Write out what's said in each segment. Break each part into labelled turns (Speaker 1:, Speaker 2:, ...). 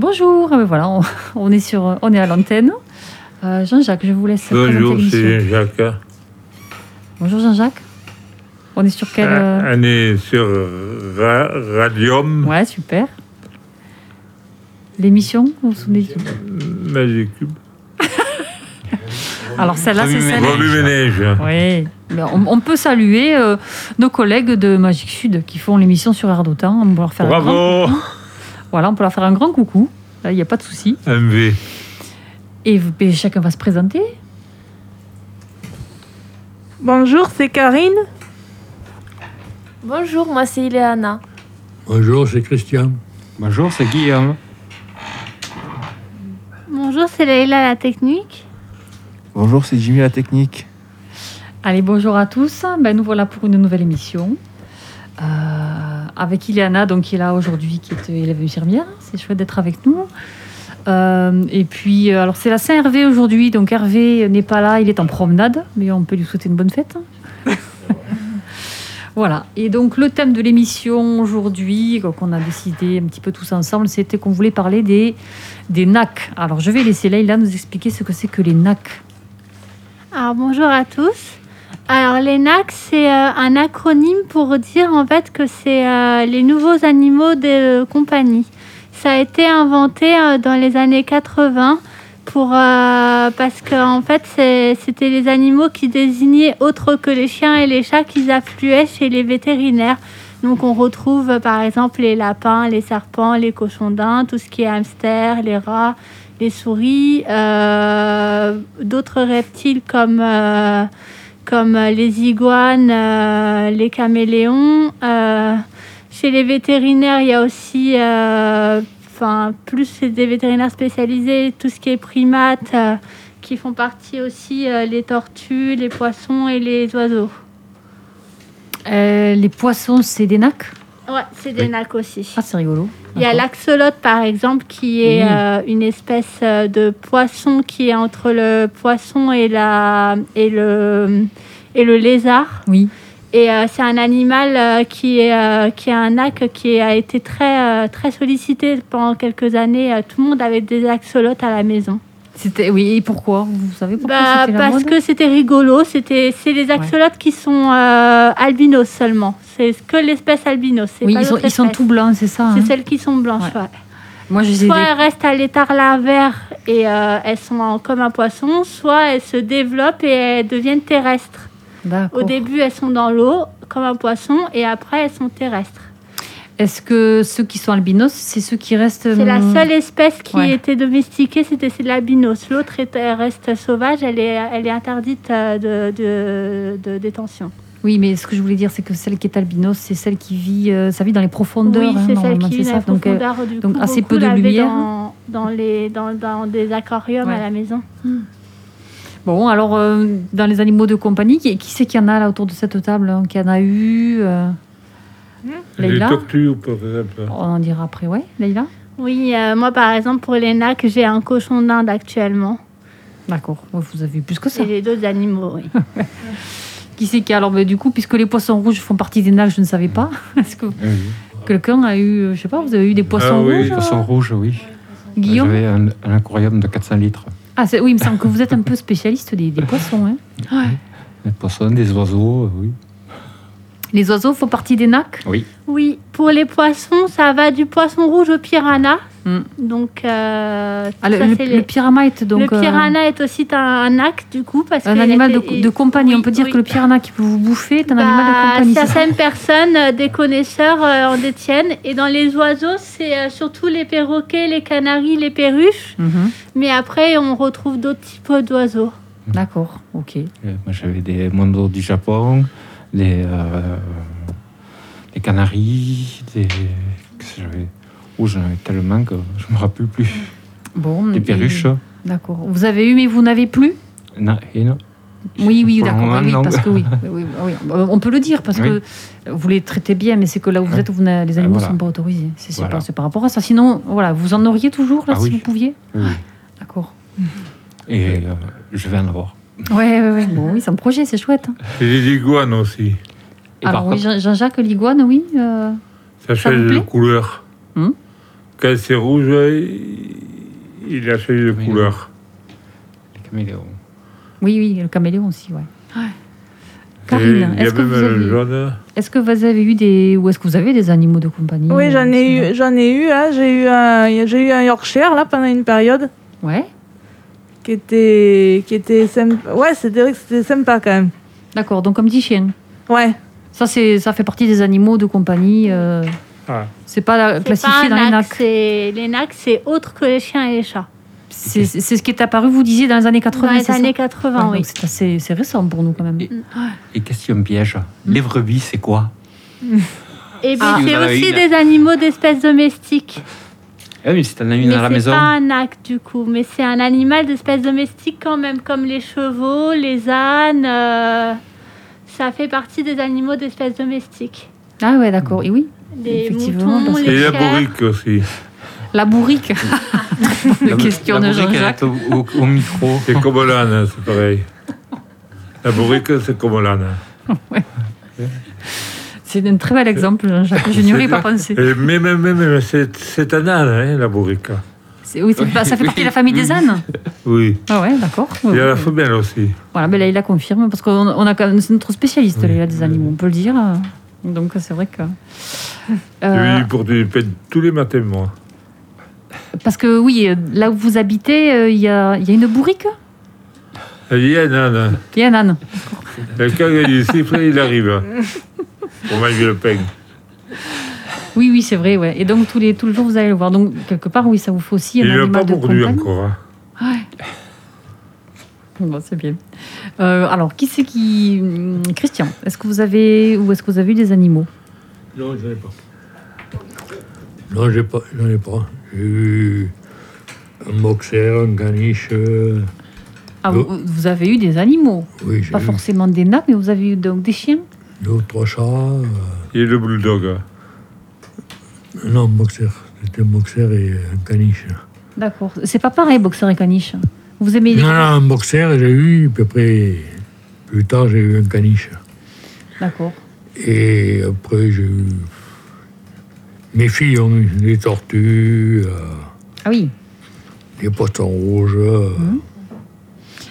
Speaker 1: Bonjour, euh, voilà, on, on est sur, on est à l'antenne. Euh, Jean-Jacques, je vous laisse
Speaker 2: Bonjour,
Speaker 1: présenter l'émission.
Speaker 2: c'est Jacques.
Speaker 1: Bonjour Jean-Jacques. On est sur quel euh,
Speaker 2: On est Ah, sur euh, Ra- Radium
Speaker 1: Ouais, super. L'émission, vous vous souvenez du-
Speaker 2: Magic Cube.
Speaker 1: Alors celle-là, c'est
Speaker 3: Volume
Speaker 1: celle.
Speaker 3: Ménage.
Speaker 2: Volume Ménage.
Speaker 1: Oui. Ben, On, on peut saluer euh, nos collègues de Magic Sud qui font l'émission sur Air d'Otan. On peut leur faire un grand...
Speaker 2: Bravo,
Speaker 1: Voilà, on peut leur faire un grand coucou. Là, il n'y a pas de souci.
Speaker 2: MV.
Speaker 1: Et vous- ben, chacun va se présenter.
Speaker 4: Bonjour, c'est Karine.
Speaker 5: Bonjour, moi c'est Ileana.
Speaker 6: Bonjour, c'est Christian.
Speaker 3: Bonjour, c'est Guillaume.
Speaker 7: Bonjour, c'est Leïla la technique.
Speaker 8: Bonjour, c'est Jimmy la technique.
Speaker 1: Allez, bonjour à tous. Ben, nous voilà pour une nouvelle émission. Euh, avec Ileana, donc, qui est là aujourd'hui, qui est euh, élève infirmière. C'est chouette d'être avec nous. Euh, et puis, euh, alors c'est la Saint-Hervé aujourd'hui, donc Hervé n'est pas là, il est en promenade, mais on peut lui souhaiter une bonne fête. voilà, et donc le thème de l'émission aujourd'hui, quoi, qu'on a décidé un petit peu tous ensemble, c'était qu'on voulait parler des, des NAC. Alors je vais laisser Leïla nous expliquer ce que c'est que les NAC.
Speaker 7: Alors bonjour à tous. Alors les NAC, c'est euh, un acronyme pour dire en fait que c'est euh, les nouveaux animaux de euh, compagnie. Ça a été inventé euh, dans les années 80 pour euh, parce que en fait c'est- c'était les animaux qui désignaient autres que les chiens et les chats qu'ils affluaient chez les vétérinaires. Donc on retrouve euh, par exemple les lapins, les serpents, les cochons d'Inde, tout ce qui est hamster, les rats, les souris, euh, d'autres reptiles comme, euh, comme les iguanes, euh, les caméléons. Euh, chez les vétérinaires, il y a aussi, euh, enfin, plus c'est des vétérinaires spécialisés, tout ce qui est primates, euh, qui font partie aussi euh, les tortues, les poissons et les oiseaux.
Speaker 1: Euh, les poissons, c'est des NAC
Speaker 7: Ouais, c'est des
Speaker 2: Oui.
Speaker 7: nacs aussi.
Speaker 1: Ah, c'est rigolo.
Speaker 7: Il y a
Speaker 1: D'accord.
Speaker 7: l'axolote, par exemple, qui est
Speaker 1: Mhm.
Speaker 7: euh, une espèce euh, de poisson qui est entre le poisson et, la, et, le, et le lézard.
Speaker 1: Oui.
Speaker 7: Et euh, c'est un animal euh, qui, est, euh, qui est un ac qui a été très, euh, très sollicité pendant quelques années. Euh, Tout le monde avait des axolotes à la maison.
Speaker 1: C'était oui. Et pourquoi Vous savez pourquoi
Speaker 7: Bah,
Speaker 1: c'était la
Speaker 7: parce
Speaker 1: mode
Speaker 7: que c'était rigolo. C'était, c'est les axolotes qui sont euh, albinos seulement. C'est que l'espèce albinos. c'est
Speaker 1: oui,
Speaker 7: pas
Speaker 1: ils sont,
Speaker 7: l'autre
Speaker 1: ils sont
Speaker 7: espèce.
Speaker 1: tout blancs, c'est ça.
Speaker 7: C'est
Speaker 1: hein
Speaker 7: celles qui sont blanches.
Speaker 1: Ouais.
Speaker 7: ouais.
Speaker 1: Moi, je les ai
Speaker 7: Soit
Speaker 1: dé-
Speaker 7: elles restent à l'état larvaire et euh, elles sont en- comme un poisson, soit elles se développent et elles deviennent terrestres.
Speaker 1: D'accord.
Speaker 7: Au début, elles sont dans l'eau comme un poisson et après, elles sont terrestres.
Speaker 1: Est-ce que ceux qui sont albinos, c'est ceux qui restent
Speaker 7: C'est la
Speaker 1: hum,
Speaker 7: seule espèce qui
Speaker 1: Ouais.
Speaker 7: était domestiquée, c'était c'est l'abinos. L'autre est- elle reste sauvage, elle est, elle est interdite euh, de, de- de détention.
Speaker 1: Oui, mais ce que je voulais dire, c'est que celle qui est albinos, c'est celle qui vit, euh, ça vit dans les profondeurs.
Speaker 7: oui,
Speaker 1: hein,
Speaker 7: c'est celle
Speaker 1: normalement,
Speaker 7: qui
Speaker 1: c'est
Speaker 7: vit dans
Speaker 1: ça.
Speaker 7: les
Speaker 1: Donc, euh,
Speaker 7: profondeurs, du
Speaker 1: donc
Speaker 7: coup,
Speaker 1: assez peu
Speaker 7: beaucoup
Speaker 1: de
Speaker 7: l'avaient
Speaker 1: lumière.
Speaker 7: Dans, dans les, dans, dans des aquariums
Speaker 1: Ouais.
Speaker 7: à la maison.
Speaker 1: bon, alors euh, dans les animaux de compagnie, qui, qui c'est qu'il y en a là autour de cette table hein, Qui en a eu euh,
Speaker 2: Les
Speaker 1: Leïla
Speaker 2: tortues, par exemple.
Speaker 1: On en dira après, ouais, Leïla
Speaker 7: Oui, euh, moi par exemple pour les nacs, j'ai un cochon d'Inde actuellement.
Speaker 1: D'accord, Ouais, vous avez vu plus que ça.
Speaker 7: C'est les deux animaux, oui.
Speaker 1: Qui c'est qui a- alors, mais du coup, puisque les poissons rouges font partie des nages, je ne savais pas. Est-ce que
Speaker 3: Euh,
Speaker 1: quelqu'un a eu, euh, je sais pas, vous avez eu des poissons
Speaker 2: Ah oui,
Speaker 1: rouges
Speaker 3: Poisson
Speaker 1: euh,
Speaker 3: rouge, oui.
Speaker 1: Guillaume
Speaker 3: J'avais un, un aquarium de 400 litres.
Speaker 1: Ah, c'est- oui, il me semble que vous êtes un peu spécialiste des, des poissons. hein.
Speaker 3: Des poissons, des oiseaux, euh, oui.
Speaker 1: Les oiseaux font partie des nacs
Speaker 7: Oui, pour les poissons, ça va du poisson rouge au piranha.
Speaker 1: Hmm.
Speaker 7: Donc, euh, tout
Speaker 1: Ah, le,
Speaker 7: ça,
Speaker 1: le-
Speaker 7: c'est
Speaker 1: le
Speaker 7: les-
Speaker 1: pyramite, donc.
Speaker 7: le
Speaker 1: euh,
Speaker 7: piranha est aussi un, un ac, du coup, parce
Speaker 1: un
Speaker 7: qu'il
Speaker 1: animal de,
Speaker 7: était-
Speaker 1: de compagnie.
Speaker 7: oui,
Speaker 1: On peut dire
Speaker 7: oui.
Speaker 1: que le piranha qui peut vous bouffer est un
Speaker 7: Bah,
Speaker 1: animal de compagnie. c'est ça
Speaker 7: Certaines personnes, euh, des connaisseurs, euh, en détiennent. Et dans les oiseaux, c'est euh, surtout les perroquets, les canaris, les perruches.
Speaker 1: Mhm.
Speaker 7: Mais après, on retrouve d'autres types d'oiseaux.
Speaker 1: D'accord, ok.
Speaker 3: Euh, Moi, j'avais des mondos du Japon, des, euh, des canaries, des. Qu'est-ce que j'avais Oh, j'en avais tellement que je ne me rappelle plus.
Speaker 1: Bon.
Speaker 3: Des
Speaker 1: et-
Speaker 3: perruches.
Speaker 1: D'accord. Vous avez eu, mais vous n'avez plus
Speaker 3: Non, et non.
Speaker 1: Oui, oui,
Speaker 3: Pour le
Speaker 1: d'accord. Bah
Speaker 3: moment,
Speaker 1: oui,
Speaker 3: non.
Speaker 1: parce que oui. oui, oui. Euh, On peut le dire, parce
Speaker 3: Oui.
Speaker 1: que vous les traitez bien, mais c'est que là où vous
Speaker 3: Ouais. Ah,
Speaker 1: êtes, vous n'a- les animaux ne
Speaker 3: voilà.
Speaker 1: sont pas autorisés. C'est c'est
Speaker 3: Voilà.
Speaker 1: par- c'est par rapport à ça. Sinon, voilà, vous en auriez toujours, là,
Speaker 3: Ah
Speaker 1: si
Speaker 3: oui.
Speaker 1: vous pouviez
Speaker 3: Oui, oui.
Speaker 1: D'accord.
Speaker 3: Et euh, je vais en avoir.
Speaker 1: Ouais, ouais, ouais. Bon, oui, c'est un projet, c'est chouette. hein.
Speaker 2: C'est les iguanes aussi.
Speaker 3: Et
Speaker 1: Alors,
Speaker 3: par
Speaker 1: oui,
Speaker 3: contre,
Speaker 1: Jean- Jean-Jacques Liguane, oui. euh,
Speaker 2: Ça
Speaker 1: Ça vous
Speaker 2: change de
Speaker 1: plaît
Speaker 2: couleur.
Speaker 1: Hmm.
Speaker 2: Quand c'est rouge, il il a choisi de
Speaker 3: Oui.
Speaker 2: couleur.
Speaker 3: Les caméléons.
Speaker 1: Oui, oui, le caméléon aussi, ouais.
Speaker 2: Et
Speaker 1: Karine,
Speaker 2: il y a
Speaker 1: est-ce que,
Speaker 2: même
Speaker 1: vous
Speaker 2: le
Speaker 1: avez,
Speaker 2: jaune.
Speaker 1: est-ce que vous avez eu des... Ou est-ce que vous avez des animaux de compagnie
Speaker 4: Oui, j'en
Speaker 1: euh,
Speaker 4: ai eu, j'en ai eu. hein. J'ai eu un, j'ai eu un Yorkshire là pendant une période
Speaker 1: Ouais,
Speaker 4: qui était, qui était sympa. Ouais, c'était vrai que c'était sympa quand même.
Speaker 1: d'accord, donc un petit chien.
Speaker 4: Ouais.
Speaker 1: Ça, c'est, ça fait partie des animaux de compagnie. euh,
Speaker 2: Ah.
Speaker 1: C'est pas la-
Speaker 7: C'est
Speaker 1: classifié
Speaker 7: pas
Speaker 1: dans
Speaker 7: un
Speaker 1: les
Speaker 7: nac,
Speaker 1: NAC.
Speaker 7: c'est- les NAC, c'est autre que les chiens et les chats.
Speaker 1: C'est, c'est- c'est ce qui est apparu, vous disiez, dans les années 80.
Speaker 7: dans les
Speaker 1: c'est ça
Speaker 7: années
Speaker 1: Ouais,
Speaker 7: 80,
Speaker 1: donc
Speaker 7: oui.
Speaker 1: c'est, assez, c'est récent pour nous, quand même.
Speaker 3: Et, et question piège. Les brebis, c'est quoi
Speaker 7: Et
Speaker 1: Ah.
Speaker 7: puis, c'est
Speaker 3: Ah, oui,
Speaker 7: aussi
Speaker 3: là.
Speaker 7: des animaux d'espèces domestiques.
Speaker 3: Ah oui, si t'en as une
Speaker 7: mais
Speaker 3: à la
Speaker 7: c'est
Speaker 3: maison.
Speaker 7: pas un ac du coup, mais c'est un animal d'espèce domestique quand même, comme les chevaux, les ânes. euh, ça fait partie des animaux d'espèces domestiques.
Speaker 1: Ah ouais, d'accord. Et oui,
Speaker 7: Les
Speaker 1: Effectivement,
Speaker 7: moutons,
Speaker 1: parce que-
Speaker 2: Et
Speaker 7: les
Speaker 2: la
Speaker 7: chèvres.
Speaker 2: bourrique aussi.
Speaker 1: la bourrique.
Speaker 3: La-
Speaker 1: la question
Speaker 3: la
Speaker 1: de
Speaker 3: bourrique, elle est
Speaker 1: Jean-Jacques.
Speaker 3: Au, au- au micro.
Speaker 2: C'est comme l'âne, hein, c'est pareil. La bourrique, c'est comme l'âne.
Speaker 1: C'est un très bel exemple, Jean-Jacques. Je n'y aurais pas pensé.
Speaker 2: Et Eh, Mais même, même, c'est c'est un âne, hein, la bourrique.
Speaker 1: C'est- oui, c'est pas- ça fait partie de la famille des ânes.
Speaker 2: Oui.
Speaker 1: Ah ouais, d'accord.
Speaker 2: Il y a la
Speaker 1: Oui.
Speaker 2: femelle aussi.
Speaker 1: Voilà, mais là, il la confirme, parce qu'on on a quand même, c'est notre spécialiste,
Speaker 2: Oui.
Speaker 1: là, des animaux, on peut le dire. Donc, c'est vrai que.
Speaker 2: Je
Speaker 1: Euh,
Speaker 2: lui porte du pain tous les matins, moi.
Speaker 1: parce que, oui, euh, là où vous habitez, euh, il y, a, il y a une bourrique
Speaker 2: Il y a un âne. hein.
Speaker 1: Il y a un âne.
Speaker 2: Et quand il siffle, il arrive. Pour manger le pain.
Speaker 1: Oui, oui, c'est vrai. Ouais. Et donc, tous les, tous les jours, vous allez le voir. Donc, quelque part, oui, ça vous faut aussi un
Speaker 2: Il ne l'a
Speaker 1: animal
Speaker 2: pas
Speaker 1: de
Speaker 2: mordu
Speaker 1: compagnie.
Speaker 2: encore. hein.
Speaker 1: Bon, bah, c'est bien. Euh, alors, qui c'est qui... hum, Christian, est-ce que vous avez... Ou est-ce que vous avez eu des animaux
Speaker 6: Non, je n'en ai pas. Non, j'ai pas, j'en ai pas. J'ai eu un boxer, un caniche. euh,
Speaker 1: ah,
Speaker 6: Non.
Speaker 1: vous, vous avez eu des animaux.
Speaker 6: oui, j'ai
Speaker 1: Pas
Speaker 6: eu
Speaker 1: forcément des nappes, mais vous avez eu donc des chiens.
Speaker 6: deux ou trois chats. euh,
Speaker 2: Et le bulldog. hein.
Speaker 6: non, un boxer. C'était un boxer et un caniche.
Speaker 1: D'accord. C'est pas pareil, boxeur et caniche. Vous aimez... les-
Speaker 6: Non, non, un boxer, j'ai eu, puis après, plus tard, j'ai eu un caniche.
Speaker 1: D'accord.
Speaker 6: Et après, j'ai eu. Mes filles ont eu des tortues, euh,
Speaker 1: Ah oui.
Speaker 6: des poissons rouges. euh,
Speaker 1: Mmh.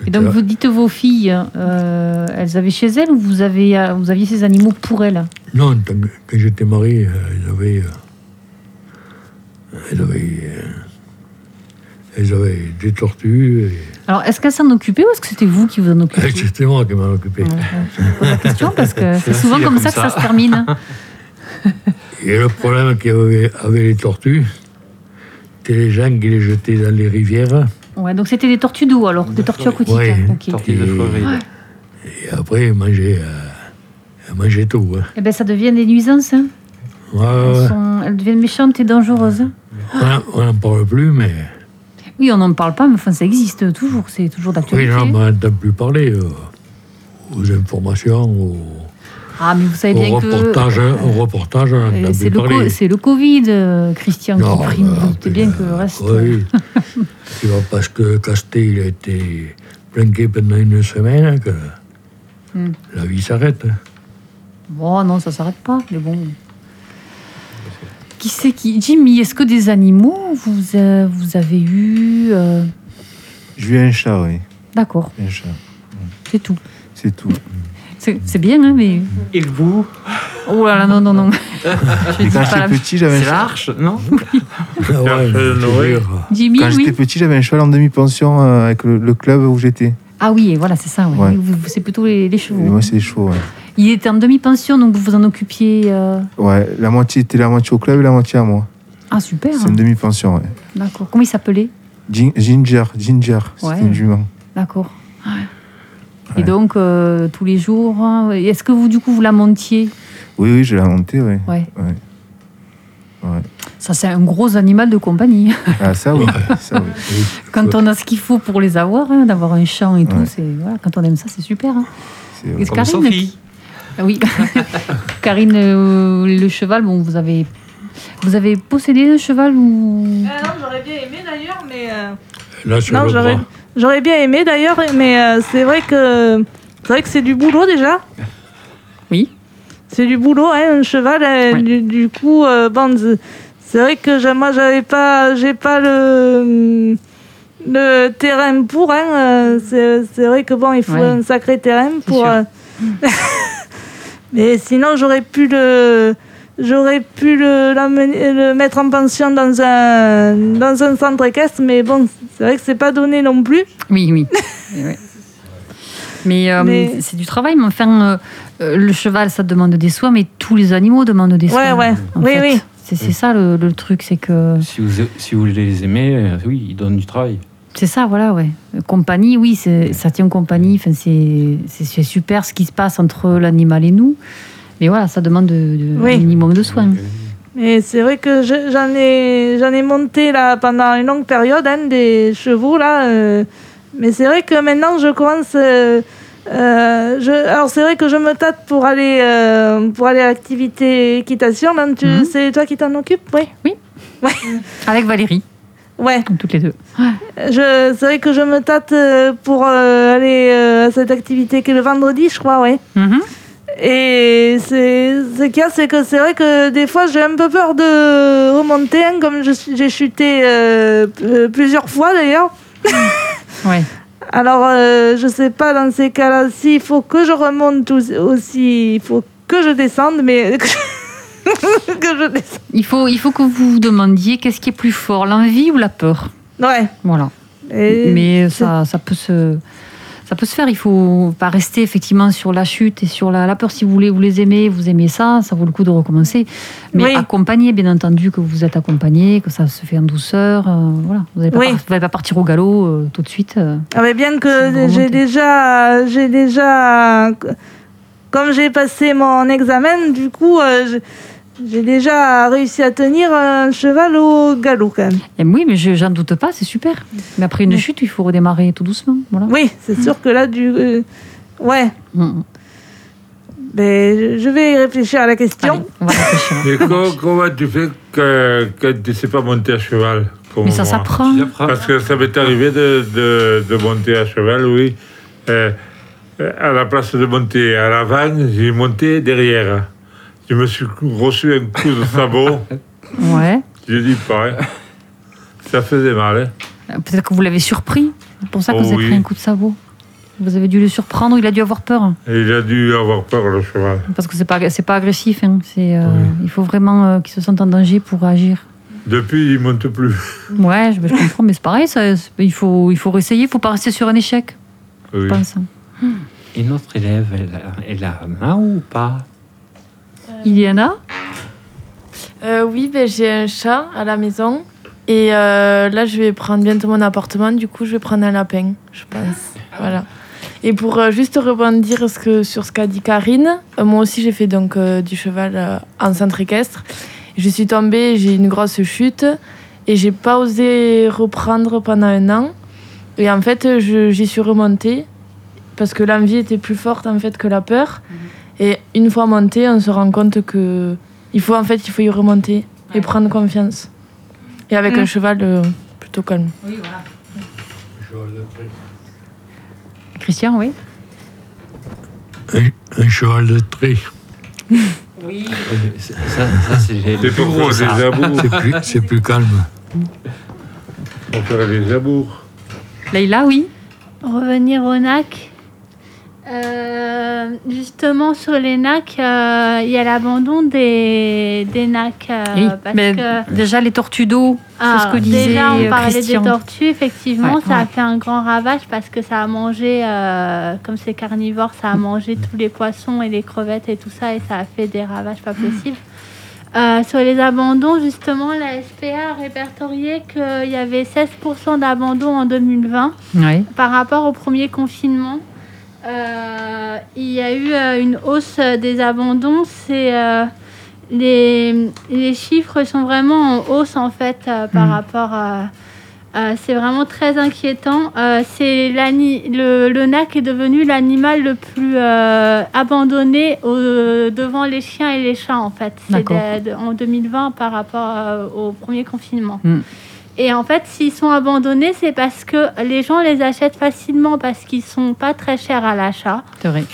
Speaker 1: Et donc,
Speaker 6: etc.
Speaker 1: vous dites vos filles, euh, elles avaient chez elles ou vous, avez, euh, vous aviez ces animaux pour elles
Speaker 6: Non, tant que- quand j'étais marié, euh, elles avaient. euh, elles avaient. euh, elles avaient des tortues. Et,
Speaker 1: Alors, est-ce qu'elles s'en occupaient ou est-ce que c'était vous qui vous en
Speaker 6: et
Speaker 1: occupiez
Speaker 6: c'était moi qui m'en occupais.
Speaker 1: question parce que c'est
Speaker 3: C'est
Speaker 1: souvent
Speaker 3: facile
Speaker 1: comme
Speaker 3: comme
Speaker 1: ça que ça
Speaker 3: ça.
Speaker 1: se termine.
Speaker 6: Et le problème qu'il y avait avec les tortues, c'était les gens qui les jetaient dans les rivières.
Speaker 1: Ouais, donc c'était des tortues d'eau alors, des tortues aquatiques. hein,
Speaker 6: Ouais.
Speaker 1: ok.
Speaker 3: Tortue de
Speaker 6: Et-
Speaker 3: Floride.
Speaker 6: Et après, ils mangeaient, euh, elles mangeaient tout. hein.
Speaker 1: Eh ben ça devient des nuisances. hein.
Speaker 6: Ouais, ouais,
Speaker 1: Elles,
Speaker 6: Ah ouais.
Speaker 1: sont- elles deviennent méchantes et dangereuses. hein.
Speaker 6: On n'en parle plus, mais.
Speaker 1: Oui, on n'en parle pas, mais enfin, ça existe toujours. C'est toujours
Speaker 6: Oui,
Speaker 1: d'actualité.
Speaker 6: non,
Speaker 8: bah,
Speaker 6: mais on n'entend plus parler euh, aux informations, aux,
Speaker 1: ah, mais vous savez
Speaker 6: aux
Speaker 1: bien que.
Speaker 6: reportages. hein, Aux reportages, on
Speaker 1: euh,
Speaker 6: n'entend
Speaker 1: C'est
Speaker 6: plus
Speaker 1: le, co-
Speaker 6: parler.
Speaker 1: c'est le Covid, euh, Christian,
Speaker 6: Non,
Speaker 1: qui prime.
Speaker 6: bah,
Speaker 1: Vous doutez
Speaker 8: euh,
Speaker 1: bien que le reste.
Speaker 6: Oui. Tu vois, parce que Casté, il a été planqué pendant une semaine, hein, que
Speaker 1: Hmm.
Speaker 6: la vie s'arrête. hein.
Speaker 1: Bon, non, ça s'arrête pas, mais bon. Qui c'est qui Jimmy, est-ce que des animaux vous, euh, vous avez eu euh,
Speaker 8: J'ai eu un chat, oui.
Speaker 1: D'accord,
Speaker 8: Un chat.
Speaker 1: c'est tout.
Speaker 8: C'est tout.
Speaker 1: C'est c'est bien, hein, mais.
Speaker 3: Et le bout
Speaker 1: Oh là là, non, non, non. Je
Speaker 8: Et
Speaker 1: dis pas
Speaker 8: quand
Speaker 1: la-
Speaker 8: j'étais petit, j'avais un
Speaker 3: C'est
Speaker 8: cheval.
Speaker 3: l'arche, non
Speaker 6: Ah ouais, je te
Speaker 2: Noël.
Speaker 6: jure.
Speaker 1: Jimmy,
Speaker 8: Quand
Speaker 1: oui.
Speaker 8: j'étais petit, j'avais un cheval en demi-pension euh, avec le, le club où j'étais.
Speaker 1: Ah oui, et voilà, c'est ça. ouais.
Speaker 8: Ouais.
Speaker 1: Vous- vous- C'est plutôt les, les
Speaker 8: Et
Speaker 1: chevaux.
Speaker 8: Moi, c'est chaud. Ouais.
Speaker 1: Il était en demi-pension, donc vous vous en occupiez. euh,
Speaker 8: ouais, la moitié était la moitié au club et la moitié à moi.
Speaker 1: Ah, super.
Speaker 8: C'est une demi-pension. Ouais.
Speaker 1: D'accord. Comment il s'appelait
Speaker 8: Gin- Ginger, Ginger,
Speaker 1: Ouais.
Speaker 8: c'était une jument.
Speaker 1: D'accord. Et donc, euh, tous les jours. hein, et Est-ce que vous, du coup, vous la montiez
Speaker 8: Oui, oui, je l'ai montée, oui.
Speaker 1: Ouais.
Speaker 8: Ouais. Ouais.
Speaker 1: Ça, c'est un gros animal de compagnie.
Speaker 8: Ah, ça oui. ça, oui.
Speaker 1: Quand on a ce qu'il faut pour les avoir, hein, d'avoir un champ et tout,
Speaker 8: Ouais. Euh,
Speaker 1: c'est voilà, quand on aime ça, c'est super. hein.
Speaker 8: C'est
Speaker 1: Et
Speaker 8: vrai.
Speaker 1: c'est
Speaker 3: Comme
Speaker 1: Karine
Speaker 3: Sophie.
Speaker 1: Ah Oui. Karine, euh, le cheval, bon, vous avez, vous avez possédé le cheval ou
Speaker 4: Euh, non, j'aurais bien aimé d'ailleurs, mais. euh,
Speaker 6: Là, sur
Speaker 4: Non,
Speaker 6: le
Speaker 4: j'aurais,
Speaker 6: bras.
Speaker 4: j'aurais bien aimé d'ailleurs, mais euh, c'est vrai que c'est vrai que c'est du boulot déjà.
Speaker 1: Oui.
Speaker 4: C'est du boulot, hein, un cheval. euh,
Speaker 1: Ouais.
Speaker 4: du, du coup, euh, bon, z- C'est vrai que j'ai- moi, j'avais pas, j'ai pas le, hum, le terrain pour. hein, euh, C'est c'est vrai que bon, il faut
Speaker 1: Ouais.
Speaker 4: un sacré terrain
Speaker 1: C'est
Speaker 4: pour.
Speaker 1: sûr.
Speaker 4: euh, Mais sinon, j'aurais pu le, j'aurais pu le, l'emmener- le mettre en pension dans un, dans un centre équestre. Mais bon, c'est vrai que c'est pas donné non plus.
Speaker 1: Oui, oui. Eh ouais. Mais, euh,
Speaker 4: Mais-
Speaker 1: c'est du travail. Mais enfin, euh, euh, le cheval, ça demande des soins, mais tous les animaux demandent des
Speaker 4: Ouais,
Speaker 1: soins.
Speaker 4: ouais.
Speaker 1: en
Speaker 4: Oui,
Speaker 1: fait.
Speaker 4: oui.
Speaker 1: C'est c'est ça le, le truc, c'est que.
Speaker 3: Si vous, si vous les aimez, euh, oui, ils donnent du travail.
Speaker 1: C'est ça, voilà, ouais. Compagnie, oui, c'est- ça tient compagnie. Enfin, c'est c'est- c'est super ce qui se passe entre l'animal et nous. Mais voilà, ça demande de- de-
Speaker 4: Oui.
Speaker 1: un minimum de soins.
Speaker 3: Euh,
Speaker 4: Mais c'est vrai que je- j'en ai, j'en ai monté là pendant une longue période hein, des chevaux là. euh, mais c'est vrai que maintenant je commence. euh, euh, je, alors c'est vrai que je me tâte pour aller euh, pour aller à l'activité équitation. là, tu-
Speaker 1: Mhm.
Speaker 4: C'est toi qui t'en occupes, oui.
Speaker 1: Avec Valérie,
Speaker 4: Ouais.
Speaker 1: toutes les deux.
Speaker 4: Je, c'est vrai que je me tâte euh, pour euh, aller euh, à cette activité qui est le vendredi, je crois, ouais.
Speaker 1: Mhm.
Speaker 4: Et c'est ce qu'il y a, c'est que c'est vrai que des fois j'ai un peu peur de remonter, hein, comme je suis- j'ai chuté euh, p- euh, plusieurs fois d'ailleurs.
Speaker 1: Ouais.
Speaker 4: Alors euh, je sais pas dans ces cas-là s'il faut que je remonte ou- aussi, il faut que je descende, mais que je- que je descende.
Speaker 1: Il faut, il faut que vous vous demandiez qu'est-ce qui est plus fort, l'envie ou la peur.
Speaker 4: Ouais.
Speaker 1: Voilà.
Speaker 4: Et-
Speaker 1: Mais ça, ça peut se. Ça peut se faire, il faut pas rester effectivement sur la chute et sur la, la peur. Si vous voulez, vous les aimez, vous aimez ça, ça vaut le coup de recommencer. Mais
Speaker 4: Oui.
Speaker 1: accompagné, bien entendu, que vous êtes accompagné, que ça se fait en douceur. euh, voilà, vous n'allez pas,
Speaker 4: Oui.
Speaker 1: par- vous allez pas partir au galop euh, tout de suite. euh.
Speaker 4: Ah mais bien
Speaker 1: C'est
Speaker 4: que
Speaker 1: une
Speaker 4: j'ai
Speaker 1: remontée.
Speaker 4: déjà, j'ai déjà, comme j'ai passé mon examen, du coup, euh, j'ai- j'ai déjà réussi à tenir un cheval au galop quand même.
Speaker 1: Et oui, mais je- j'en doute pas, c'est super. Mais après une
Speaker 4: Oui.
Speaker 1: chute, il faut redémarrer tout doucement. Voilà.
Speaker 4: Oui, c'est sûr que là, du, euh, ouais,
Speaker 1: Mm.
Speaker 4: mais je- je vais y réfléchir à la
Speaker 1: Allez,
Speaker 4: question.
Speaker 1: on va réfléchir.
Speaker 2: Mais comment, comment tu fais que, que tu ne sais pas monter à cheval comme
Speaker 1: Mais ça
Speaker 2: moi
Speaker 1: s'apprend.
Speaker 2: Parce que ça m'est arrivé de, de- de monter à cheval, oui. Euh, euh, à la place de monter à l'avant, j'ai monté derrière. Je me suis reçu un coup de sabot.
Speaker 1: Ouais.
Speaker 2: je dis pas. hein. Ça faisait mal. hein.
Speaker 1: Euh, Peut-être que vous l'avez surpris. C'est pour ça que
Speaker 2: Oh
Speaker 1: vous avez
Speaker 2: oui.
Speaker 1: pris un coup de sabot. Vous avez dû le surprendre, il a dû avoir peur.
Speaker 2: Et il a dû avoir peur, le cheval.
Speaker 1: Parce que c'est pas c'est pas agressif, hein. c'est euh, il faut vraiment euh, qu'ils se sentent en danger pour agir.
Speaker 2: Depuis, il ne monte plus.
Speaker 1: Ouais, je, je comprends, mais c'est pareil, ça, c'est- il faut il faut réessayer, il faut pas rester sur un échec,
Speaker 2: Oui.
Speaker 1: je pense.
Speaker 3: Et notre élève, elle, a- elle a un ou pas
Speaker 1: Iliana,
Speaker 5: Euh, oui, ben, j'ai un chat à la maison. Et euh, là, je vais prendre bientôt mon appartement. Du coup, je vais prendre un lapin, je pense. Voilà. Et pour euh, juste rebondir ce que, sur ce qu'a dit Karine, euh, moi aussi, j'ai fait donc euh, du cheval euh, en centre équestre. Je suis tombée, j'ai eu une grosse chute. Et j'ai pas osé reprendre pendant un an. Et en fait, je- j'y suis remontée. Parce que l'envie était plus forte en fait que la peur. Et une fois montée, on se rend compte que il faut en fait, il faut y remonter et prendre confiance. Et avec
Speaker 4: Mm.
Speaker 5: un cheval euh, plutôt calme.
Speaker 1: Christian, oui.
Speaker 6: Un cheval de trait.
Speaker 3: Ça, ça, c'est les-
Speaker 2: C'est pour faire
Speaker 3: ça.
Speaker 2: des abours.
Speaker 6: C'est plus, c'est plus calme.
Speaker 2: Pour faire des abours.
Speaker 1: Leïla, oui.
Speaker 7: Revenir au NAC. Euh, justement, sur les NAC, euh, il y a l'abandon des, des NAC. euh,
Speaker 1: Oui,
Speaker 7: parce
Speaker 1: mais
Speaker 7: que,
Speaker 1: déjà les tortues d'eau, c'est ce que disait
Speaker 7: Ah, déjà, on
Speaker 1: euh,
Speaker 7: parlait
Speaker 1: Christian.
Speaker 7: des tortues, effectivement,
Speaker 1: Ouais,
Speaker 7: ça
Speaker 1: ouais.
Speaker 7: a fait un grand ravage parce que ça a mangé, euh, comme c'est carnivore, ça a
Speaker 1: Mm.
Speaker 7: mangé tous les poissons et les crevettes et tout ça, et ça a fait des ravages pas possibles. Euh, sur les abandons, justement, la SPA a répertorié qu'il y avait 16% d'abandon en 2020
Speaker 1: Ouais.
Speaker 7: par rapport au premier confinement, euh, il y a eu euh, une hausse euh, des abandons. C'est euh, les, les chiffres sont vraiment en hausse en fait euh, par
Speaker 1: Mm.
Speaker 7: rapport à. euh, c'est vraiment très inquiétant. Euh, c'est l'ani- le, le NAC est devenu l'animal le plus euh, abandonné au- devant les chiens et les chats en fait. C'est
Speaker 1: D'accord.
Speaker 7: de- de- en 2020 par rapport euh, au premier confinement.
Speaker 1: Mm.
Speaker 7: Et en fait, s'ils sont abandonnés, c'est parce que les gens les achètent facilement parce qu'ils sont pas très chers à l'achat.
Speaker 1: C'est vrai.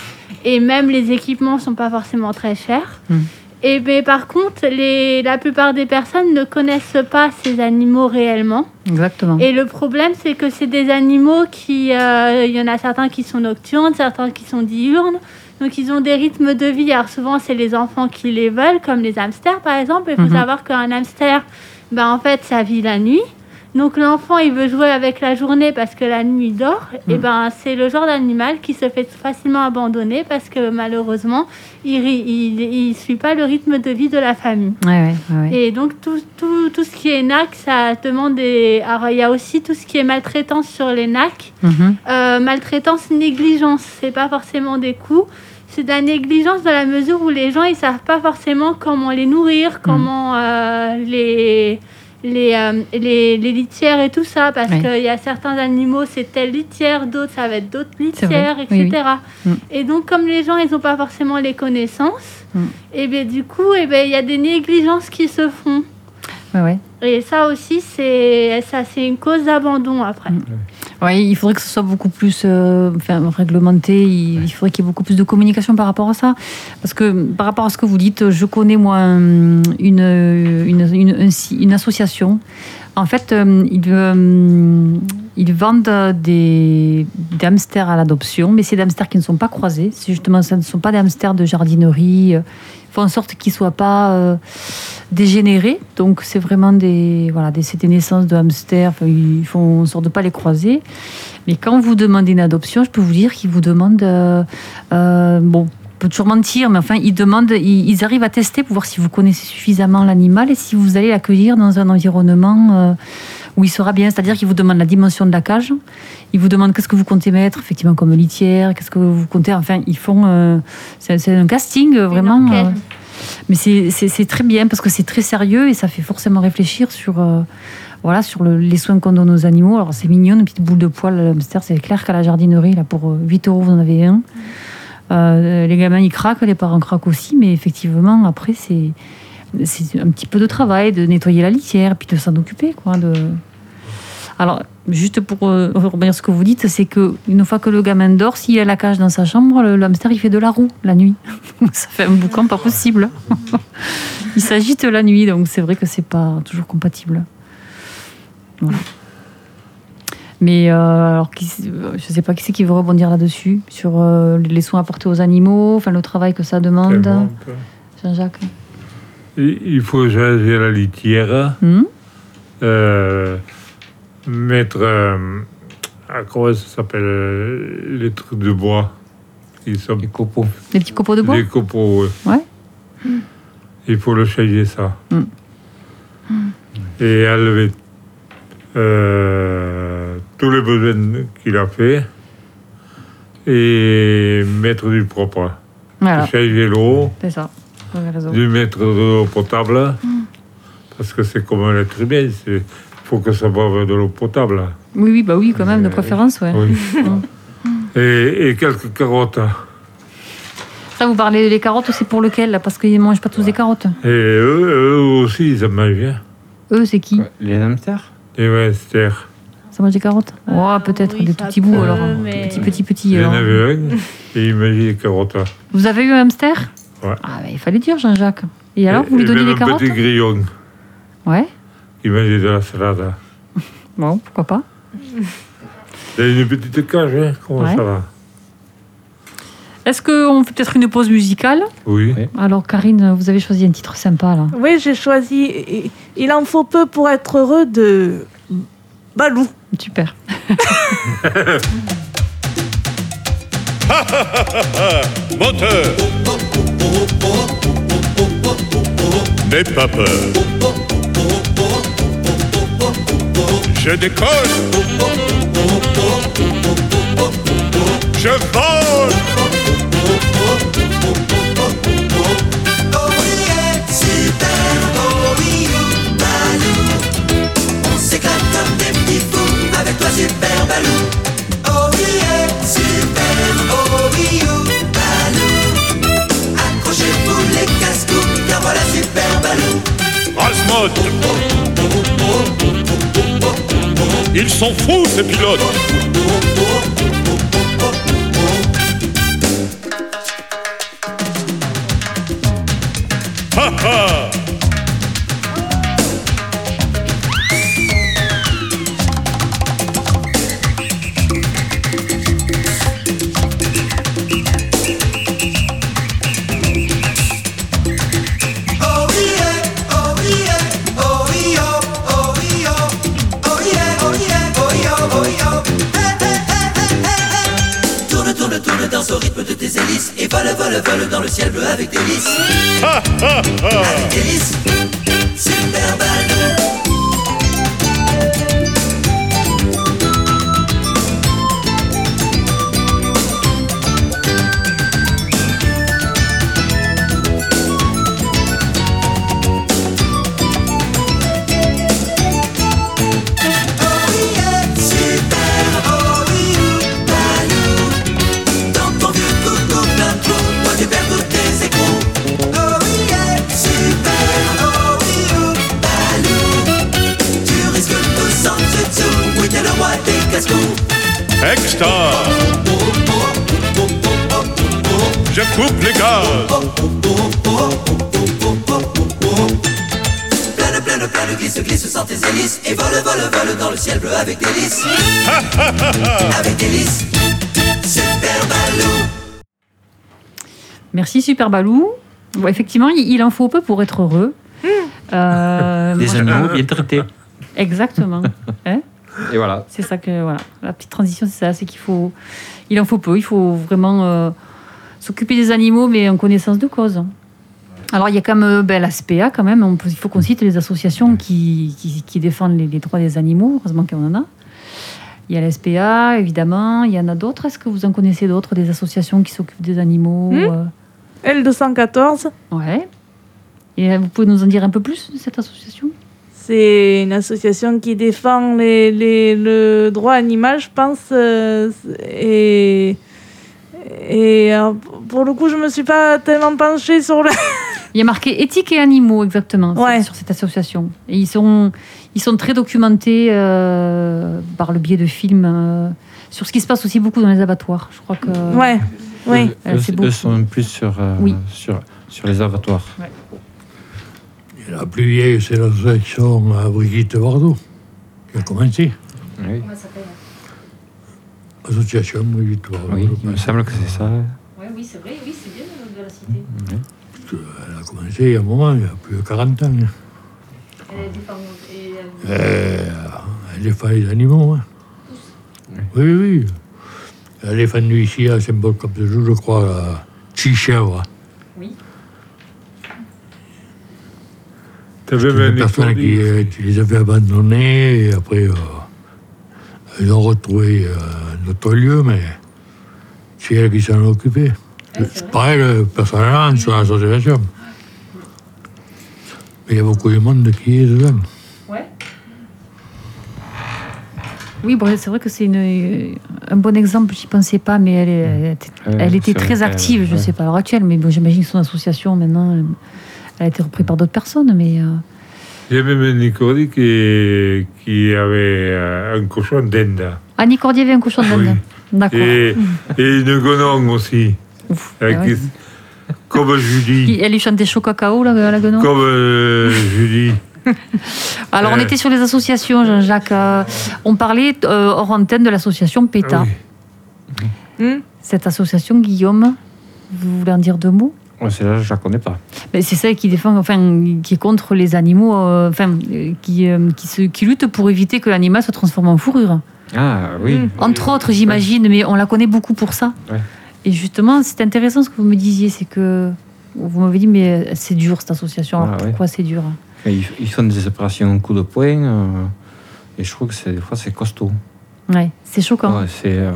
Speaker 7: Et même les équipements sont pas forcément très chers.
Speaker 1: Mm.
Speaker 7: Et ben, par contre, les, la plupart des personnes ne connaissent pas ces animaux réellement.
Speaker 1: Exactement.
Speaker 7: Et le problème, c'est que c'est des animaux qui. euh, Il y en a certains qui sont nocturnes, certains qui sont diurnes. Donc, ils ont des rythmes de vie. Alors, souvent, c'est les enfants qui les veulent, comme les hamsters, par exemple. Il faut
Speaker 1: Mhm.
Speaker 7: savoir qu'un hamster, ben, en fait, ça vit la nuit. Donc, l'enfant, il veut jouer avec la journée parce que la nuit, il dort. Et
Speaker 1: Mhm.
Speaker 7: ben, c'est le genre d'animal qui se fait facilement abandonner parce que malheureusement, il ri- il il suit pas le rythme de vie de la famille.
Speaker 1: Ouais, ouais, ouais, ouais.
Speaker 7: Et donc tout, tout, tout ce qui est NAC, ça demande des... Alors il y a aussi tout ce qui est maltraitance sur les NAC.
Speaker 1: Mhm.
Speaker 7: Euh, maltraitance, négligence, c'est pas forcément des coups. C'est de la négligence dans la mesure où les gens, ils savent pas forcément comment les
Speaker 1: Mm.
Speaker 7: nourrir, comment euh, les... Les, euh, les, les litières et tout ça, parce
Speaker 1: Oui.
Speaker 7: qu'il y a certains animaux, c'est telle litière, d'autres, ça va être d'autres
Speaker 1: C'est vrai.
Speaker 7: litières, etc.
Speaker 1: Oui, oui. Mm.
Speaker 7: Et donc, comme les gens, ils n'ont pas forcément les connaissances,
Speaker 1: Mm.
Speaker 7: et bien du coup, eh ben, il y a des négligences qui se font.
Speaker 1: Ouais, ouais.
Speaker 7: Et ça aussi, c'est ça, c'est une cause d'abandon après.
Speaker 1: Mm. Ouais, il faudrait que ce soit beaucoup plus euh, enfin, réglementé. Il, il faudrait qu'il y ait beaucoup plus de communication par rapport à ça. Parce que par rapport à ce que vous dites, je connais moi un- une, une, une, un si- une association. En fait, euh, ils, euh, ils vendent des, des hamsters à l'adoption, mais c'est des hamsters qui ne sont pas croisés. C'est justement, ça ne sont pas des hamsters de jardinerie. euh, Ils font en sorte qu'ils ne soient pas euh, dégénérés. Donc, c'est vraiment des, voilà, des, c'est des naissances de hamsters. Enfin, ils font en sorte de ne pas les croiser. Mais quand vous demandez une adoption, je peux vous dire qu'ils vous demandent. euh, euh, bon, on peut toujours mentir, mais enfin, ils demandent, ils, ils arrivent à tester pour voir si vous connaissez suffisamment l'animal et si vous allez l'accueillir dans un environnement euh, où il sera bien. C'est-à-dire qu'ils vous demandent la dimension de la cage, ils vous demandent qu'est-ce que vous comptez mettre, effectivement, comme litière, qu'est-ce que vous comptez. Enfin, ils font. euh, c'est c'est un casting, euh, vraiment.
Speaker 7: Une enquête.
Speaker 1: euh, mais c'est- c'est c'est très bien parce que c'est très sérieux et ça fait forcément réfléchir sur, euh, voilà, sur le- les soins qu'on donne aux animaux. Alors c'est mignon, une petite boule de poil, le hamster, c'est clair qu'à la jardinerie, là, pour euh, 8 euros, vous en avez un. Euh, les gamins, ils craquent, les parents craquent aussi, mais effectivement, après, c'est c'est un petit peu de travail de nettoyer la litière, puis de s'en occuper. Quoi, de... Alors, juste pour euh, rebondir sur ce que vous dites, c'est que une fois que le gamin dort, s'il a la cage dans sa chambre, le, le hamster, il fait de la roue la nuit. Ça fait un boucan pas possible. il s'agite la nuit, donc c'est vrai que c'est pas toujours compatible. Voilà. Mais euh, alors, qui- je sais pas qui c'est qui veut rebondir là-dessus, sur euh, les soins apportés aux animaux, enfin le travail que ça demande.
Speaker 2: Tellement.
Speaker 1: Jean-Jacques.
Speaker 2: Il il faut changer la litière,
Speaker 1: Hmm
Speaker 2: euh, mettre. euh, ah, comment ça s'appelle euh, Les trucs de bois. Ils sont
Speaker 3: Les copeaux.
Speaker 1: les petits copeaux de bois
Speaker 2: les copeaux. ouais.
Speaker 1: Ouais.
Speaker 2: Il faut le changer, ça.
Speaker 1: Mm.
Speaker 2: Et enlever euh, tous les besoins qu'il a fait et mettre du propre.
Speaker 1: Voilà,
Speaker 2: Changer l'eau,
Speaker 1: c'est ça. Vous avez raison.
Speaker 2: lui mettre de l'eau potable,
Speaker 1: Mm.
Speaker 2: parce que c'est comme un être humain, il faut que ça boive de l'eau potable.
Speaker 1: Oui, oui, bah oui, quand même, de préférence, ouais.
Speaker 2: Euh, Oui. et, et quelques carottes.
Speaker 1: Ça, vous parlez des carottes, c'est pour lequel là Parce qu'ils ne mangent pas tous des carottes.
Speaker 2: Et eux, eux aussi, ils en mangent bien.
Speaker 1: Eux, c'est qui
Speaker 3: Quoi, Les hamsters
Speaker 2: Et ouais, Esther.
Speaker 1: Ça mange des carottes Oh, peut-être
Speaker 7: oui,
Speaker 1: des
Speaker 7: ça
Speaker 1: tout petits bouts
Speaker 7: peut,
Speaker 1: alors.
Speaker 7: mais-
Speaker 1: Petit, petit, petit.
Speaker 2: Il y en
Speaker 1: alors.
Speaker 2: avait un hein. et il m'a dit les carottes.
Speaker 1: Vous avez eu un hamster
Speaker 2: Ouais.
Speaker 1: Ah, bah, il fallait dire, Jean-Jacques. Et alors, vous lui donnez
Speaker 2: même
Speaker 1: des
Speaker 2: un
Speaker 1: carottes
Speaker 2: petit grillon
Speaker 1: Ouais,
Speaker 2: qui mangeait de la salade.
Speaker 1: bon, pourquoi pas.
Speaker 2: Il a une petite cage, hein Comment
Speaker 1: Ouais.
Speaker 2: ça va
Speaker 1: Est-ce qu'on fait peut-être une pause musicale
Speaker 2: Oui.
Speaker 3: Ouais.
Speaker 1: Alors, Karine, vous avez choisi un titre sympa là.
Speaker 4: Oui, j'ai choisi Il en faut peu pour être heureux de Balou.
Speaker 1: Super.
Speaker 9: moteur. N'aie pas peur. Je décolle. Je vole. Asmode. Ils sont fous, ces pilotes. papa.
Speaker 10: Tourne, tourne, tourne, danse au rythme de tes hélices Et vole, vole, vole dans le ciel bleu avec délice Avec délice Super ballon Super oh oui ballon Dans ton vieux coucou plein de trous Moi tu perds tous tes écrous Oh oui Super oh oui ballon Tu risques tout sans dessous Oui t'es le roi des casse-coups
Speaker 9: Extra. Je coupe les gaz.
Speaker 10: Plein de, plein de, plein de glisse, glisse sans tes hélices Et vole, vole, vole dans le ciel bleu avec délice Avec délice Super Balou
Speaker 1: Merci Super Balou. Bon, effectivement, il il en faut peu pour être heureux. Euh,
Speaker 3: Des
Speaker 1: moi,
Speaker 3: animaux bien traités.
Speaker 1: je- Exactement.
Speaker 3: Et voilà.
Speaker 1: C'est ça que voilà, la petite transition, c'est ça, c'est qu'il faut, il en faut peu, il faut vraiment euh, s'occuper des animaux, mais en connaissance de cause. Alors il y a quand même euh, ben, la SPA quand même, on peut- il faut qu'on cite les associations qui, qui, qui défendent les, les droits des animaux, heureusement qu'on en a. Il y a la SPA évidemment, il y en a d'autres. Est-ce que vous en connaissez d'autres des associations qui s'occupent des animaux
Speaker 4: Hmm. L214,
Speaker 1: euh, Ouais. Et euh, vous pouvez nous en dire un peu plus de cette association
Speaker 4: c'est une association qui défend les, les- le droit animal, je pense. euh, et et alors, pour le coup, je me suis pas tellement penchée sur le.
Speaker 1: Il y a marqué éthique et animaux, exactement, sur-
Speaker 4: Ouais.
Speaker 1: sur cette association. Et ils sont, ils sont très documentés euh, par le biais de films euh, sur ce qui se passe aussi beaucoup dans les abattoirs. Je crois que.
Speaker 4: Ouais, oui.
Speaker 1: Euh,
Speaker 3: Eux,
Speaker 1: c'est
Speaker 3: eux
Speaker 1: beau.
Speaker 3: sont plus sur, euh,
Speaker 1: Oui.
Speaker 3: sur, sur les abattoirs.
Speaker 6: La plus vieille, c'est l'association à euh, Brigitte Bardot qui a commencé.
Speaker 3: Oui,
Speaker 6: Association Brigitte Bardot.
Speaker 3: oui,
Speaker 6: je
Speaker 3: il me
Speaker 6: pense.
Speaker 3: semble que c'est ça.
Speaker 1: oui, c'est vrai, oui, c'est bien euh, de la cité.
Speaker 6: Elle a commencé il y a un moment, il y a plus de 40 ans. hein. Euh, elle défend les animaux. hein. Oui, oui. Elle a défendu ici à Saint-Paul-Cap-de-Joux, je crois, la chichèvre.
Speaker 2: T'as même
Speaker 6: Une
Speaker 2: un
Speaker 6: personne qui,
Speaker 2: étourdi.
Speaker 6: euh, qui les avait abandonnés, et après, euh, ils ont retrouvé euh, notre lieu, mais c'est elle qui s'en est occupée. Pareil, euh, personnellement, sur l'association. Mais il y a beaucoup de monde qui est dedans.
Speaker 1: Oui, bon, c'est vrai que c'est une- euh, un bon exemple, j'y pensais pas, mais elle, est- elle était, elle était
Speaker 3: c'est
Speaker 1: très
Speaker 3: vrai,
Speaker 1: active, je
Speaker 3: ouais.
Speaker 1: ne sais pas à l'heure actuelle, mais bon, j'imagine que son association maintenant, elle- elle a été reprise par d'autres personnes, mais. euh,
Speaker 2: J'ai même un étourdi qui, qui avait euh, un cochon d'Inde.
Speaker 1: Annie Cordier avait un cochon de
Speaker 2: Oui.
Speaker 1: l'Inde. Ah, D'accord.
Speaker 2: Et, et une gonong aussi.
Speaker 1: Ouf.
Speaker 2: euh,
Speaker 1: Ah ouais.
Speaker 2: qui- Comme Julie.
Speaker 1: Qui- Elle lui chante des chauds cacao, la, la guenon.
Speaker 2: Comme euh, Julie.
Speaker 1: Alors, on
Speaker 2: Euh.
Speaker 1: était sur les associations, Jean-Jacques. Euh, on parlait euh, hors antenne de l'association
Speaker 3: Ah
Speaker 1: PETA.
Speaker 2: Ah Oui.
Speaker 4: Hmm
Speaker 1: Cette association, Guillaume, vous voulez en dire deux mots
Speaker 3: Ouais, Oh, Celle-là, je la connais pas.
Speaker 1: Mais C'est celle qui défend, enfin, qui est contre les animaux, euh, enfin, euh, qui, euh, qui, se, qui lutte pour éviter que l'animal se transforme en fourrure.
Speaker 3: Ah oui.
Speaker 4: Mm.
Speaker 1: Entre autres, j'imagine, mais on la connaît beaucoup pour ça.
Speaker 3: Ouais.
Speaker 1: Et justement, c'est intéressant ce que vous me disiez, c'est que vous m'avez dit, mais c'est dur cette association. Alors,
Speaker 3: Ah, ouais.
Speaker 1: pourquoi c'est dur
Speaker 3: Mais Ils, ils font des opérations coup de poing. euh, et je trouve que c'est- des fois, c'est costaud.
Speaker 1: Ouais, c'est choquant.
Speaker 3: Ouais, c'est. euh,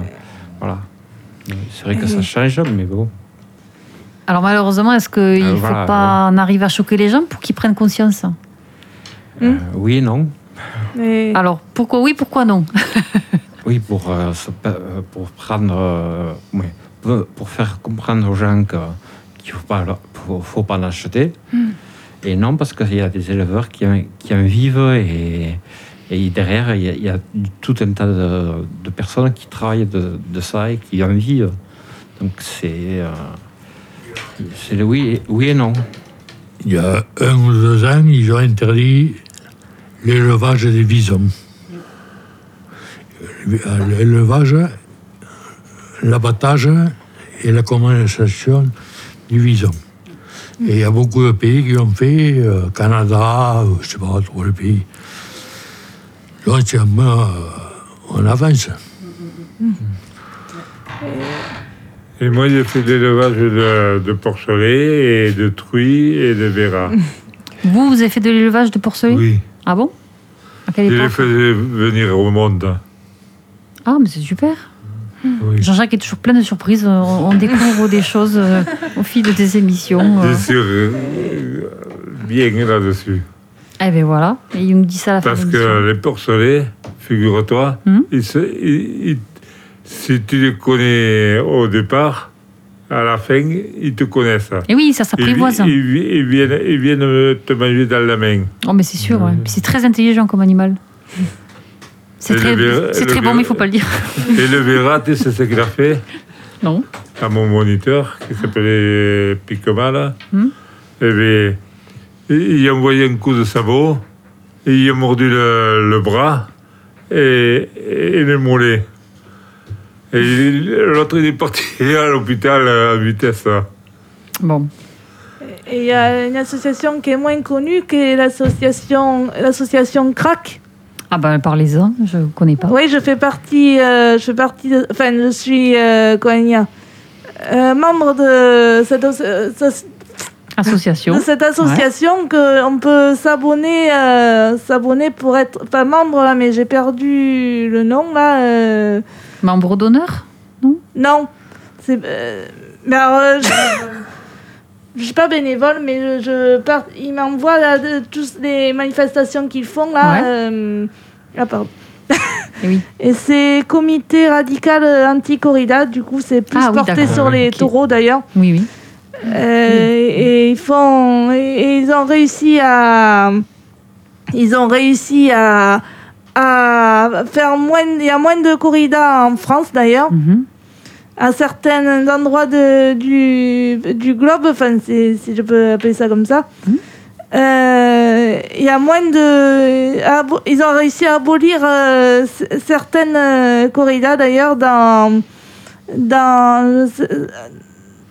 Speaker 3: voilà. C'est vrai que ça change, mais bon.
Speaker 1: Alors malheureusement, est-ce qu'il ne
Speaker 3: Euh,
Speaker 1: faut
Speaker 3: voilà,
Speaker 1: pas en arriver à choquer les gens pour qu'ils prennent conscience
Speaker 3: Euh, oui et non.
Speaker 4: Mais-
Speaker 1: Alors pourquoi oui, pourquoi non
Speaker 3: Oui, pour, euh, se pa- euh, pour prendre. euh, oui, pour- pour faire comprendre aux gens que- qu'il ne faut pas, le- faut, faut pas l'acheter.
Speaker 1: Hmm.
Speaker 3: Et non, parce qu'il y a des éleveurs qui en, qui en vivent et, et derrière, il y, a, il y a tout un tas de, de personnes qui travaillent de, de ça et qui en vivent. Donc c'est. euh, c'est le oui et, oui et non.
Speaker 6: il y a un ou deux ans, ils ont interdit l'élevage des bisons. L'élevage, l'abattage et la commercialisation du bison. Et il y a beaucoup de pays qui ont fait, euh, Canada, euh, je ne sais pas trop le pays. Donc, c'est un peu, euh, on avance.
Speaker 2: Et moi, j'ai fait de l'élevage de, de porcelets et de truies et de verras.
Speaker 1: Vous, vous avez fait de l'élevage de porcelets Ah bon À
Speaker 2: Je
Speaker 1: quelle
Speaker 2: les
Speaker 1: époque
Speaker 2: faisais venir au monde.
Speaker 1: Ah, mais c'est super.
Speaker 2: Oui.
Speaker 1: Jean-Jacques est toujours plein de surprises. On, on découvre des choses euh, au fil de tes émissions.
Speaker 2: Je
Speaker 1: euh.
Speaker 2: suis euh, bien là-dessus.
Speaker 1: Eh ben voilà. Et il nous dit ça à la fin
Speaker 2: Parce
Speaker 1: de
Speaker 2: que
Speaker 1: l'émission.
Speaker 2: les porcelets, figure-toi,
Speaker 1: Hum.
Speaker 2: ils se- ils- ils- si tu les connais au départ, à la fin, ils te connaissent.
Speaker 1: Et oui, ça
Speaker 2: Ils,
Speaker 1: s'apprivoise.
Speaker 2: vi- ils vi- ils viennent, ils viennent me- te manger dans la main.
Speaker 1: Oh, mais c'est sûr, ouais. Puis C'est très intelligent comme animal. C'est
Speaker 2: Et
Speaker 1: très,
Speaker 2: le ver-
Speaker 1: c'est
Speaker 2: le
Speaker 1: très bon,
Speaker 2: ver-
Speaker 1: mais il faut pas le dire.
Speaker 2: Et le verra, tu sais ce qu'il a fait
Speaker 1: Non.
Speaker 2: à mon moniteur qui s'appelait Picoma là.
Speaker 1: Hmm.
Speaker 2: Eh bien, il a envoyé un coup de sabot, et il a mordu le, le bras et, et le mollet. Et il- l'autre, il est parti à l'hôpital à vitesse. là.
Speaker 1: Bon.
Speaker 4: Et il y a une association qui est moins connue, qui est l'association, l'association CRAC.
Speaker 1: Ah ben, parlez-en, je connais pas.
Speaker 4: Oui, je fais partie, euh, je fais partie, de- enfin, je suis, euh, comment dire, euh, membre de cette, os- euh, cette-
Speaker 1: Association.
Speaker 4: de cette association que on peut s'abonner, euh, s'abonner pour être, enfin, membre là, mais j'ai perdu le nom là. euh,
Speaker 1: Membre d'honneur
Speaker 4: non, c'est, euh, mais alors, euh, je, je suis pas bénévole, mais je, je part- ils m'envoient là, de- tous les manifestations qu'ils font là.
Speaker 1: Ouais.
Speaker 4: euh, ah pardon.
Speaker 1: Eh oui.
Speaker 4: Et c'est comité radical euh, anti-corrida, du coup c'est plus
Speaker 1: Ah oui,
Speaker 4: porté
Speaker 1: d'accord,
Speaker 4: sur les
Speaker 1: ok.
Speaker 4: taureaux d'ailleurs.
Speaker 1: Oui, oui.
Speaker 4: Euh, et, ils font, et, et ils ont réussi à, ils ont réussi à, à faire moins, il y a moins de corrida en France d'ailleurs,
Speaker 1: Mhm.
Speaker 4: à certains endroits de, du, du globe, enfin si, si je peux appeler ça comme ça. Euh, Il y a moins de. abo- Ils ont réussi à abolir euh, c- certaines euh, corridas d'ailleurs dans, dans, euh,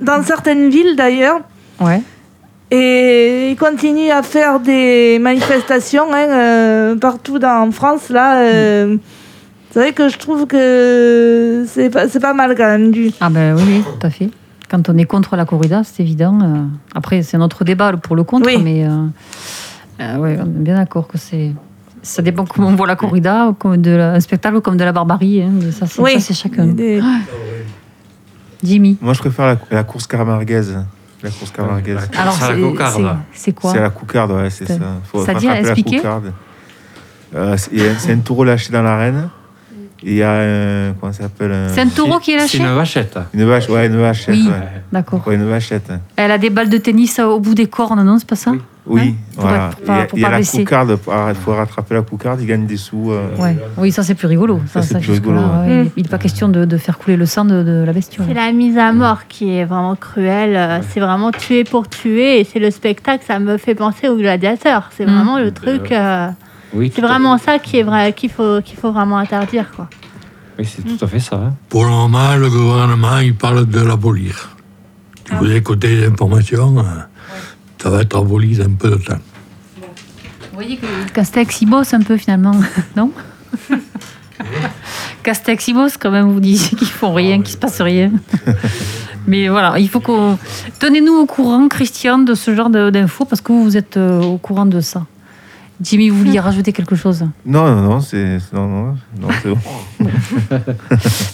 Speaker 4: dans certaines villes d'ailleurs.
Speaker 1: Ouais.
Speaker 4: Et ils continuent à faire des manifestations hein, euh, partout dans, en France. Là, euh, c'est vrai que je trouve que c'est pas, c'est pas mal quand même. Du...
Speaker 1: Ah ben oui, oui, tout à fait. Quand on est contre la corrida, c'est évident. euh, Après, c'est notre débat le pour le contre,
Speaker 4: Oui.
Speaker 1: mais euh, euh, ouais, on est bien d'accord que c'est. Ça dépend comment on voit la corrida, ou comme de la- un spectacle ou comme de la barbarie. hein, mais Ça, c'est
Speaker 4: Oui.
Speaker 1: ça, c'est chacun.
Speaker 4: Des-
Speaker 1: Jimmy.
Speaker 8: Moi, je préfère la, la course caramargaise. La course caramargaise.
Speaker 1: Alors,
Speaker 3: C'est la
Speaker 1: c'est-
Speaker 3: cocarde.
Speaker 1: c'est c'est quoi
Speaker 8: C'est à la coucarde, ouais, c'est
Speaker 1: C'est-
Speaker 8: ça. Faut
Speaker 1: ça dit à
Speaker 8: rattraper la
Speaker 1: expliquer
Speaker 8: coucarde. Euh, c'est il y a- c'est un taureau lâché dans l'arène. Et il y a un. Comment ça s'appelle un-
Speaker 1: C'est un taureau qui est
Speaker 3: C'est
Speaker 1: lâché
Speaker 3: une vachette.
Speaker 8: Une vache, ouais, une vachette.
Speaker 1: Oui. Hein
Speaker 8: Ouais.
Speaker 1: D'accord.
Speaker 8: Ouais, une vachette.
Speaker 1: Elle a des balles de tennis euh, au bout des cornes, non C'est pas ça
Speaker 8: Oui,
Speaker 1: Ouais, pour
Speaker 8: voilà.
Speaker 1: pas- pour pas-
Speaker 8: Et il y a-
Speaker 1: pour
Speaker 8: il y a,
Speaker 1: pas
Speaker 8: la
Speaker 1: blesser.
Speaker 8: coucarde, il faut rattraper la coucarde, il gagne des sous. euh,
Speaker 1: Ouais. Oui, ça c'est plus rigolo.
Speaker 8: Ça, c'est plus
Speaker 1: jusque-là,
Speaker 8: rigolo,
Speaker 1: ouais,
Speaker 4: Mm.
Speaker 1: Il n'est pas question de, de faire couler le sang de, de la bestiole.
Speaker 7: C'est la mise à mort qui est vraiment cruelle. euh, C'est vraiment tuer pour tuer. Et c'est le spectacle, ça me fait penser au gladiateur. C'est
Speaker 1: Mm.
Speaker 7: vraiment le truc. euh,
Speaker 3: Oui,
Speaker 7: c'est
Speaker 3: tout à-
Speaker 7: vraiment ça qui est vrai, qu'il faut, qu'il faut vraiment interdire, quoi.
Speaker 3: Oui, c'est tout à fait ça. hein.
Speaker 6: Pour le moment, le gouvernement, il parle de l'abolir. Si vous écoutez les informations, euh, ça va être aboli dans peu de temps.
Speaker 1: Vous voyez que Castex, il bosse un peu finalement, non Castex, il bosse quand même, vous disiez qu'ils font rien, qu'il se passe rien. Mais voilà, il faut qu'on... Tenez-nous au courant, Christian, de ce genre de- d'infos, parce que vous, vous êtes euh, au courant de ça. Jimmy, vous vouliez rajouter quelque chose
Speaker 8: Non, non, non, c'est non, non, non, c'est bon.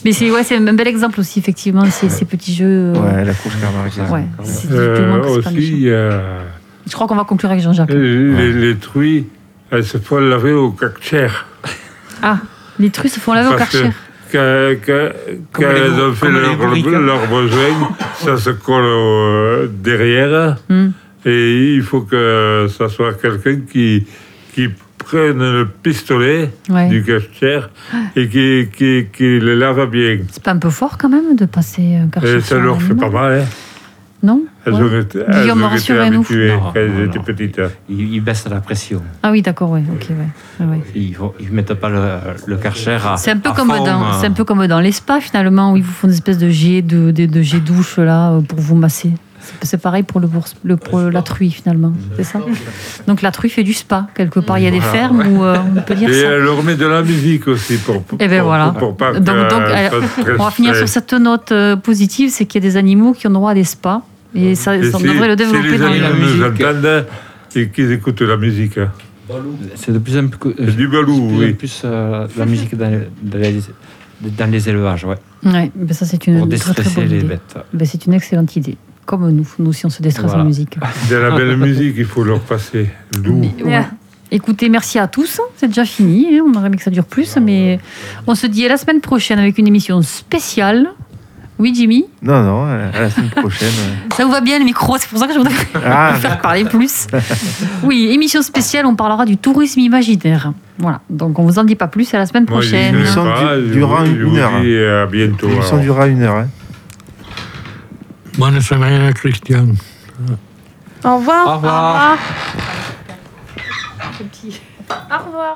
Speaker 1: Mais c'est ouais, c'est un bel exemple aussi, effectivement, ces, ces petits jeux. euh,
Speaker 8: Ouais, la course caramargaise.
Speaker 1: ouais, c'est-
Speaker 2: Euh,
Speaker 1: c'est tellement que c'est pas
Speaker 2: aussi, Euh,
Speaker 1: méchant.
Speaker 2: il y a-
Speaker 1: Je crois qu'on va conclure avec Jean-Jacques.
Speaker 2: les, les truies, elles se font laver au cactère.
Speaker 1: Ah, les trucs se font laver au
Speaker 2: Parce que
Speaker 1: karcher.
Speaker 2: quand, quand-
Speaker 3: Comme
Speaker 2: quand
Speaker 3: les
Speaker 2: elles ont
Speaker 3: bourri-
Speaker 2: fait
Speaker 3: comme les
Speaker 2: leur,
Speaker 3: bourriquins.
Speaker 2: leur besoin, ça se colle au- euh, derrière.
Speaker 1: Hmm.
Speaker 2: Et il faut que ça soit quelqu'un qui, qui prenne le pistolet
Speaker 1: Ouais.
Speaker 2: du cachère et qui, qui, qui le lave bien.
Speaker 1: C'est pas un peu fort quand même de passer un karcher
Speaker 2: Et
Speaker 1: sur
Speaker 2: Euh, ça
Speaker 1: un
Speaker 2: leur fait
Speaker 1: animal
Speaker 2: pas mal. hein.
Speaker 1: Non
Speaker 2: Elles
Speaker 1: Ouais.
Speaker 2: ont été, elles
Speaker 1: Guillaume,
Speaker 2: ont été
Speaker 1: rassurez-nous.
Speaker 2: habituées
Speaker 3: Non,
Speaker 2: quand elles
Speaker 3: non,
Speaker 2: étaient
Speaker 3: non.
Speaker 2: petites.
Speaker 3: Ils, ils baissent la pression.
Speaker 1: Ah oui, d'accord, ouais, ok, ouais. ouais, ouais.
Speaker 3: Ils ne mettent pas le, le karcher
Speaker 2: Ah,
Speaker 3: à.
Speaker 1: C'est un peu
Speaker 3: à
Speaker 1: comme
Speaker 3: fond,
Speaker 1: dans,
Speaker 2: hein.
Speaker 3: euh.
Speaker 1: c'est un peu comme dans les spas finalement où ils vous font des espèces de jets de, de, de jets douche là euh, pour vous masser. C'est- C'est pareil pour le bourse, le pour la truie finalement, c'est ça. Donc la truie fait du spa quelque part. Il y a des
Speaker 2: Voilà,
Speaker 1: fermes où euh, on peut
Speaker 2: Et
Speaker 1: dire ça.
Speaker 2: elle leur met de la musique aussi pour, pour,
Speaker 1: Eh ben
Speaker 2: pour-
Speaker 1: voilà.
Speaker 2: pour, pour pas
Speaker 1: Donc,
Speaker 2: que-
Speaker 1: donc,
Speaker 2: ça
Speaker 1: euh,
Speaker 2: se stresse.
Speaker 1: On va finir sur cette note euh, positive, c'est qu'il y a des animaux qui ont droit à des spas et ça,
Speaker 2: Et
Speaker 1: ça on
Speaker 2: si-
Speaker 1: devrait le
Speaker 2: si
Speaker 1: développer
Speaker 2: les
Speaker 1: dans
Speaker 2: animaux
Speaker 1: le.
Speaker 2: nous
Speaker 3: musique.
Speaker 2: entendent et qu'ils écoutent la musique. hein.
Speaker 3: C'est de plus en plus. que-
Speaker 2: C'est du balou,
Speaker 3: de plus en
Speaker 2: oui.
Speaker 3: plus euh, la musique dans les, dans les- dans les élevages, ouais.
Speaker 1: Ouais, ben ça c'est
Speaker 3: Pour
Speaker 1: une très très
Speaker 3: déstresser
Speaker 1: bonne
Speaker 3: les
Speaker 1: idée.
Speaker 3: bêtes.
Speaker 1: Ben, c'est une excellente idée. Comme nous, nous aussi on se déstresse
Speaker 3: Voilà.
Speaker 1: en musique.
Speaker 2: De la belle musique, il faut leur passer. Doux.
Speaker 1: Mais, ouais. Écoutez, merci à tous. C'est déjà fini. hein. On aurait aimé que ça dure plus, mais on se dit à la semaine prochaine avec une émission spéciale. Oui, Jimmy
Speaker 8: Non, non, à la semaine prochaine. ouais.
Speaker 1: Ça vous va bien le micro C'est pour ça que je voudrais
Speaker 8: Ah,
Speaker 1: faire parler plus. Oui, émission spéciale, on parlera du tourisme imaginaire. Voilà, donc on vous en dit pas plus, à la semaine
Speaker 2: Moi, je
Speaker 1: prochaine.
Speaker 2: dis
Speaker 8: Nous sommes
Speaker 2: pas,
Speaker 8: du-
Speaker 2: je
Speaker 8: durant
Speaker 2: vous- je
Speaker 8: une
Speaker 2: vous
Speaker 8: heure.
Speaker 2: dis à bientôt.
Speaker 8: l'émission
Speaker 2: alors.
Speaker 8: durera une heure. hein.
Speaker 6: Bonne semaine, Christian.
Speaker 4: Au revoir.
Speaker 3: Au revoir.
Speaker 5: Au revoir.